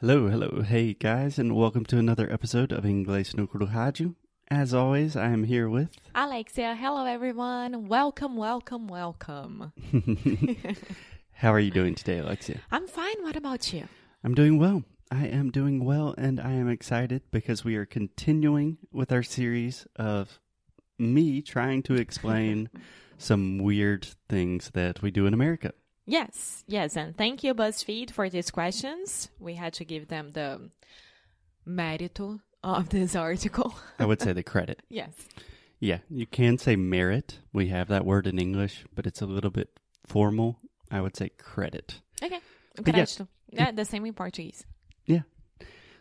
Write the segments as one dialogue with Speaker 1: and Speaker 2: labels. Speaker 1: Hello, hello, hey guys, and welcome to another episode of Inglês no Haju. As always, I am here with.
Speaker 2: Alexia, hello everyone. Welcome, welcome, welcome.
Speaker 1: How are you doing today, Alexia?
Speaker 2: I'm fine. What about you?
Speaker 1: I'm doing well. I am doing well, and I am excited because we are continuing with our series of me trying to explain some weird things that we do in America.
Speaker 2: Yes, yes, and thank you BuzzFeed for these questions. We had to give them the mérito of this article.
Speaker 1: I would say the credit.
Speaker 2: yes.
Speaker 1: Yeah, you can say merit. We have that word in English, but it's a little bit formal. I would say credit.
Speaker 2: Okay.
Speaker 1: But yeah.
Speaker 2: Crédito. Yeah, the same in Portuguese.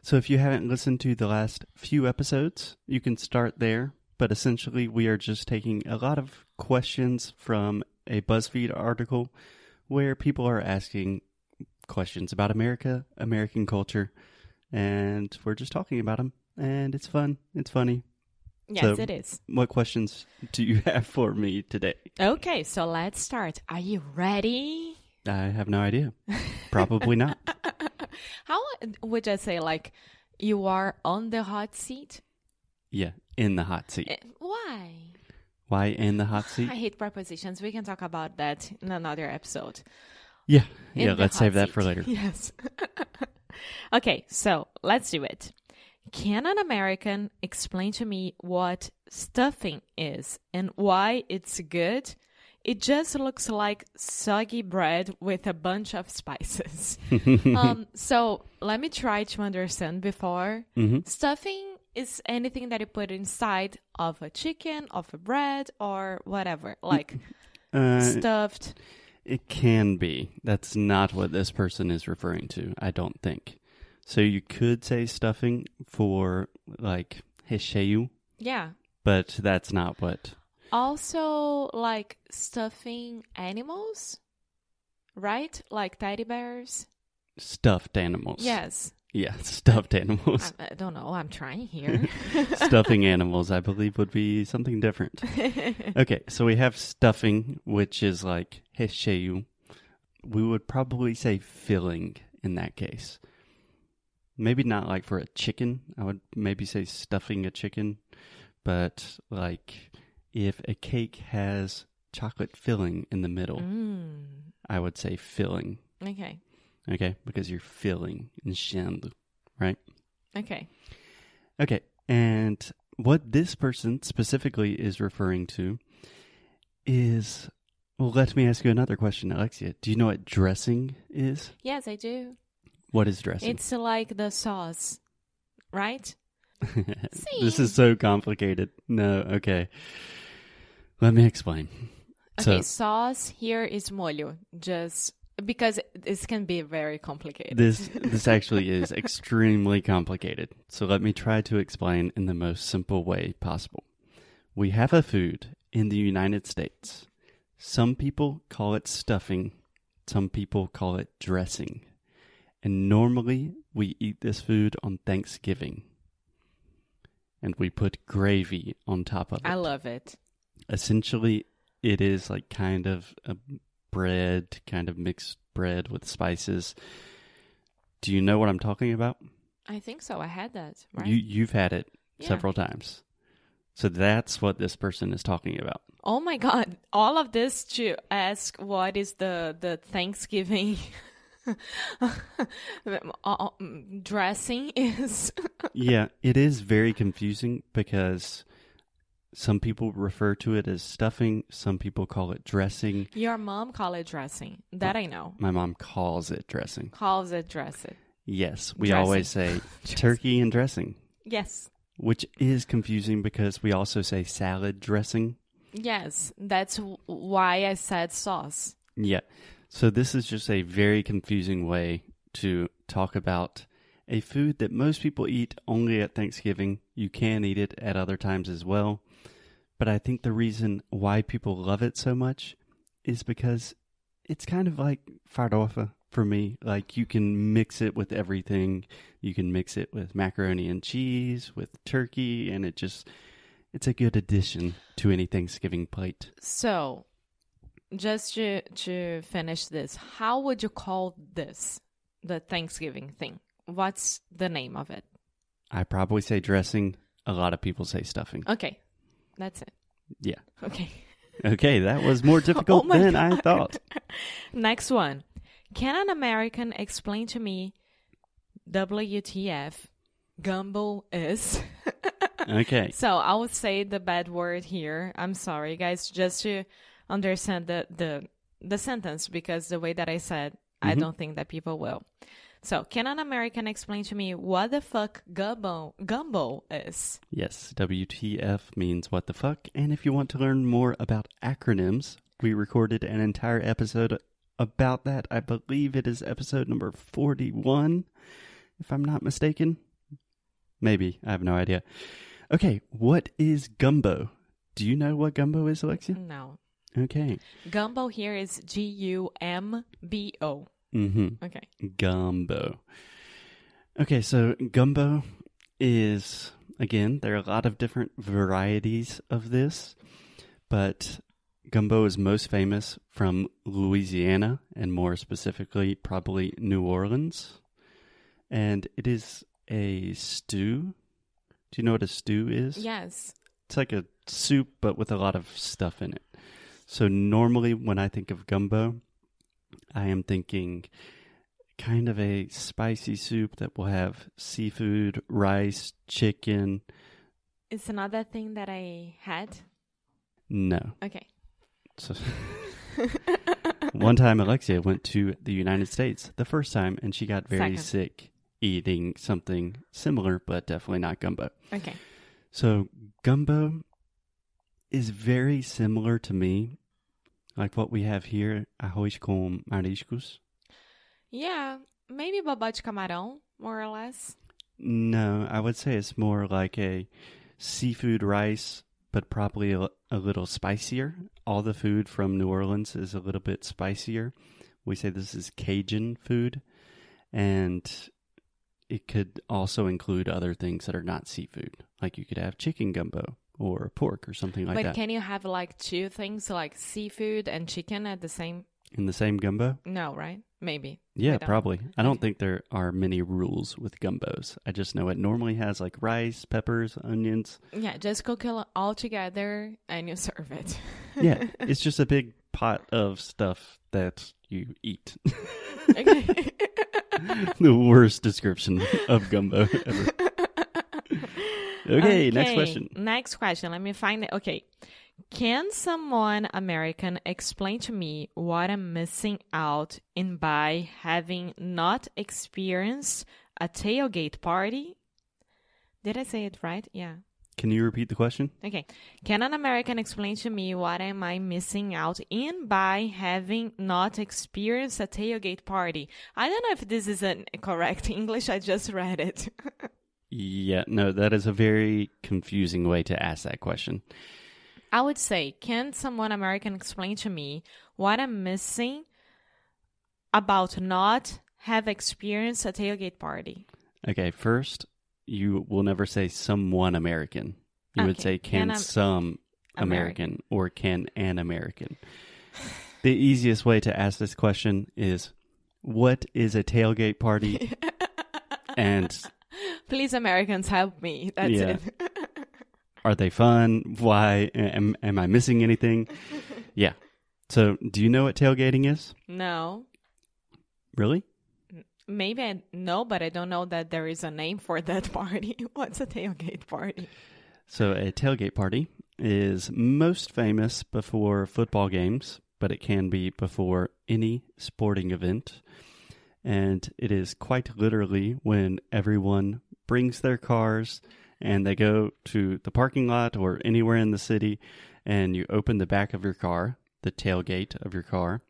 Speaker 1: So if you haven't listened to the last few episodes, you can start there. But essentially, we are just taking a lot of questions from a BuzzFeed article where people are asking questions about America, American culture, and we're just talking about them. And it's fun. It's funny.
Speaker 2: Yes,
Speaker 1: So-
Speaker 2: it is.
Speaker 1: What questions do you have for me today?
Speaker 2: Okay, so let's start. Are you ready?
Speaker 1: I have no idea. Probably not.
Speaker 2: How would I say like you are on the hot seat?
Speaker 1: Yeah, in the hot seat.
Speaker 2: Eh, Why?
Speaker 1: Why in the hot seat?
Speaker 2: I hate prepositions. We can talk about that in another episode.
Speaker 1: Yeah,
Speaker 2: In
Speaker 1: yeah.
Speaker 2: the
Speaker 1: Let's
Speaker 2: hot
Speaker 1: save that for
Speaker 2: seat.
Speaker 1: later.
Speaker 2: Yes. okay, so let's do it. Can an American explain to me what stuffing is and why it's good? It just looks like soggy bread with a bunch of spices. um, so let me try to understand before.
Speaker 1: Mm-hmm.
Speaker 2: Stuffing is anything that you put inside of a chicken, of a bread, or whatever. Like
Speaker 1: Uh,
Speaker 2: stuffed.
Speaker 1: It can be. That's not what this person is referring to, I don't think. So you could say stuffing for like hesheyu,
Speaker 2: Yeah.
Speaker 1: but that's not what.
Speaker 2: Also, like stuffing animals, right? Like teddy bears.
Speaker 1: Stuffed animals.
Speaker 2: Yes.
Speaker 1: Yeah, stuffed animals.
Speaker 2: I, I don't know. I'm trying here.
Speaker 1: Stuffing animals, I believe, would be something different. okay, so we have stuffing, which is like hesheyu. We would probably say filling in that case. Maybe not like for a chicken. I would maybe say stuffing a chicken, but like if a cake has chocolate filling in the middle,
Speaker 2: Mm,
Speaker 1: I would say filling.
Speaker 2: okay.
Speaker 1: Okay, because you're filling and shandu, right?
Speaker 2: Okay.
Speaker 1: Okay. And what this person specifically is referring to is well, let me ask you another question, Alexia. Do you know what dressing is?
Speaker 2: Yes, I do.
Speaker 1: What is dressing?
Speaker 2: It's like the sauce, right?
Speaker 1: this is so complicated. No, okay. Let me explain.
Speaker 2: Okay,
Speaker 1: So-
Speaker 2: sauce here is molho, just because this can be very complicated.
Speaker 1: This this actually is extremely complicated. So let me try to explain in the most simple way possible. We have a food in the United States. Some people call it stuffing, some people call it dressing. And normally we eat this food on Thanksgiving. And we put gravy on top of it.
Speaker 2: I love it.
Speaker 1: Essentially, it is like kind of a bread, kind of mixed bread with spices. Do you know what I'm talking about?
Speaker 2: I think so. I had that, right?
Speaker 1: You you've had it
Speaker 2: Yeah.
Speaker 1: several times. So that's what this person is talking about.
Speaker 2: Oh my god! All of this to ask what is the the Thanksgiving uh, um, dressing is.
Speaker 1: yeah, it is very confusing because some people refer to it as stuffing, some people call it dressing.
Speaker 2: Your mom call it dressing. That I know.
Speaker 1: My mom calls it dressing.
Speaker 2: Calls it dressing.
Speaker 1: Yes, we
Speaker 2: Dressing.
Speaker 1: always say turkey and dressing,
Speaker 2: Yes.
Speaker 1: which is confusing because we also say salad dressing.
Speaker 2: Yes. That's w- why I said sauce.
Speaker 1: Yeah. So this is just a very confusing way to talk about a food that most people eat only at Thanksgiving. You can eat it at other times as well. But I think the reason why people love it so much is because it's kind of like farofa for me. Like you can mix it with everything. You can mix it with macaroni and cheese, with turkey, and it just it's a good addition to any Thanksgiving plate.
Speaker 2: So, just to to finish this, how would you call this the Thanksgiving thing? What's the name of it?
Speaker 1: I probably say dressing. A lot of people say stuffing.
Speaker 2: Okay, that's it.
Speaker 1: Yeah.
Speaker 2: Okay.
Speaker 1: Okay, that was more difficult
Speaker 2: Oh my
Speaker 1: than I
Speaker 2: God.
Speaker 1: thought.
Speaker 2: Next one. Can an American explain to me WTF gumbo is?
Speaker 1: Okay.
Speaker 2: so I would say the bad word here. I'm sorry, guys, just to understand the the, the sentence because the way that I said,
Speaker 1: Mm-hmm.
Speaker 2: I don't think that people will. So, can an American explain to me what the fuck gumbo gumbo is?
Speaker 1: Yes, WTF means what the fuck. And if you want to learn more about acronyms, we recorded an entire episode about that. I believe it is episode number 41, if I'm not mistaken. Maybe. I have no idea. Okay, what is gumbo? Do you know what gumbo is, Alexia?
Speaker 2: No.
Speaker 1: Okay.
Speaker 2: Gumbo here is G U M B O.
Speaker 1: Mm hmm.
Speaker 2: Okay.
Speaker 1: gumbo. Okay, so gumbo is again, there are a lot of different varieties of this, but gumbo is most famous from Louisiana and more specifically probably New Orleans. And it is a stew. Do you know what a stew is?
Speaker 2: Yes.
Speaker 1: It's like a soup, but with a lot of stuff in it. So normally, when I think of gumbo, I am thinking kind of a spicy soup that will have seafood, rice, chicken.
Speaker 2: It's another thing that I had.
Speaker 1: No.
Speaker 2: Okay.
Speaker 1: So one time, Alexia went to the United States the first time, and she got very
Speaker 2: Second.
Speaker 1: sick eating something similar, but definitely not gumbo.
Speaker 2: Okay.
Speaker 1: So gumbo is very similar to me, like what we have here, arroz com mariscos.
Speaker 2: Yeah, maybe babá de camarão, more or less.
Speaker 1: No, I would say it's more like a seafood rice, but probably a, a little spicier. All the food from New Orleans is a little bit spicier. We say this is Cajun food, and it could also include other things that are not seafood. Like you could have chicken gumbo or pork or something like
Speaker 2: but
Speaker 1: that
Speaker 2: can you have like two things, like seafood and chicken at the same?
Speaker 1: in the same gumbo.
Speaker 2: No, right? Maybe.
Speaker 1: Yeah,
Speaker 2: don't-
Speaker 1: probably. I don't think there are many rules with gumbos. I just know it normally has like rice, peppers, onions.
Speaker 2: Yeah, just cook it all together and you serve it.
Speaker 1: Yeah, it's just a big pot of stuff that you eat.
Speaker 2: okay.
Speaker 1: the worst description of gumbo ever. Okay, next
Speaker 2: Okay,
Speaker 1: question.
Speaker 2: Next question. Let me find it. Okay. Can someone American explain to me what I'm missing out in by having not experienced a tailgate party? Did I say it right? Yeah.
Speaker 1: Can you repeat the question?
Speaker 2: Okay. Can an American explain to me what am I missing out in by having not experienced a tailgate party? I don't know if this is an correct English. I just read it.
Speaker 1: Yeah, no, that is a very confusing way to ask that question.
Speaker 2: I would say, can someone American explain to me what I'm missing about not have experienced a tailgate party?
Speaker 1: Okay, first, you will never say someone American. You would
Speaker 2: Okay,
Speaker 1: say
Speaker 2: can
Speaker 1: can
Speaker 2: I'm-
Speaker 1: some American,
Speaker 2: American.
Speaker 1: or can an American. the easiest way to ask this question is what is a tailgate party? and
Speaker 2: Please, Americans, help me. That's
Speaker 1: Yeah.
Speaker 2: it.
Speaker 1: are they fun? Why am, am I missing anything? yeah. So, do you know what tailgating is?
Speaker 2: no,
Speaker 1: Really?
Speaker 2: maybe I know, but I don't know that there is a name for that party. What's a tailgate party?
Speaker 1: So, a tailgate party is most famous before football games, but it can be before any sporting event. And it is quite literally when everyone brings their cars and they go to the parking lot or anywhere in the city, and you open the back of your car, the tailgate of your car,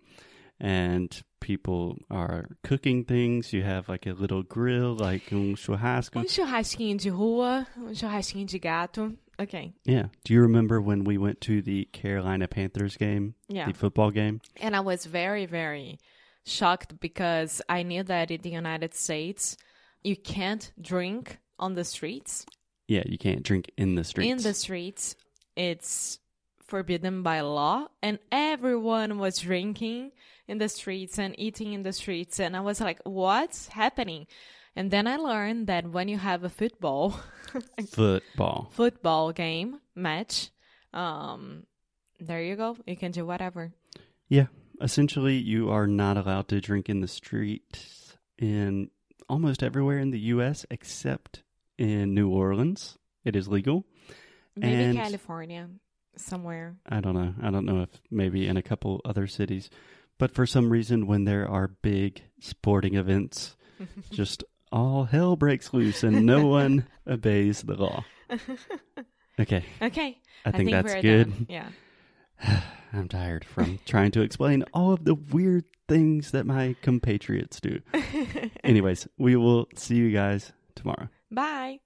Speaker 1: and people are cooking things. You have like a little grill, like um churrasco.
Speaker 2: Um churrasquinho de rua, um churrasquinho de gato. Okay,
Speaker 1: Yeah. Do you remember when we went to the Carolina Panthers game,
Speaker 2: yeah.
Speaker 1: the football game?
Speaker 2: And I was very, very shocked because I knew that in the United States, you can't drink on the streets.
Speaker 1: Yeah, you can't drink in the streets.
Speaker 2: In the streets, it's forbidden by law. And everyone was drinking in the streets and eating in the streets. And I was like, what's happening? And then I learned that when you have a football
Speaker 1: Football.
Speaker 2: football game match, um, there you go. You can do whatever.
Speaker 1: Yeah. Essentially, you are not allowed to drink in the streets in almost everywhere in the U.S. except in New Orleans. It is legal.
Speaker 2: Maybe
Speaker 1: And-
Speaker 2: California, somewhere.
Speaker 1: I don't know. I don't know if maybe in a couple other cities. But for some reason, when there are big sporting events, just all hell breaks loose and no one obeys the law. Okay.
Speaker 2: Okay.
Speaker 1: I think, that's
Speaker 2: we're
Speaker 1: good.
Speaker 2: Done. Yeah.
Speaker 1: I'm tired from trying to explain all of the weird things that my compatriots do. Anyways, we will see you guys tomorrow.
Speaker 2: Bye.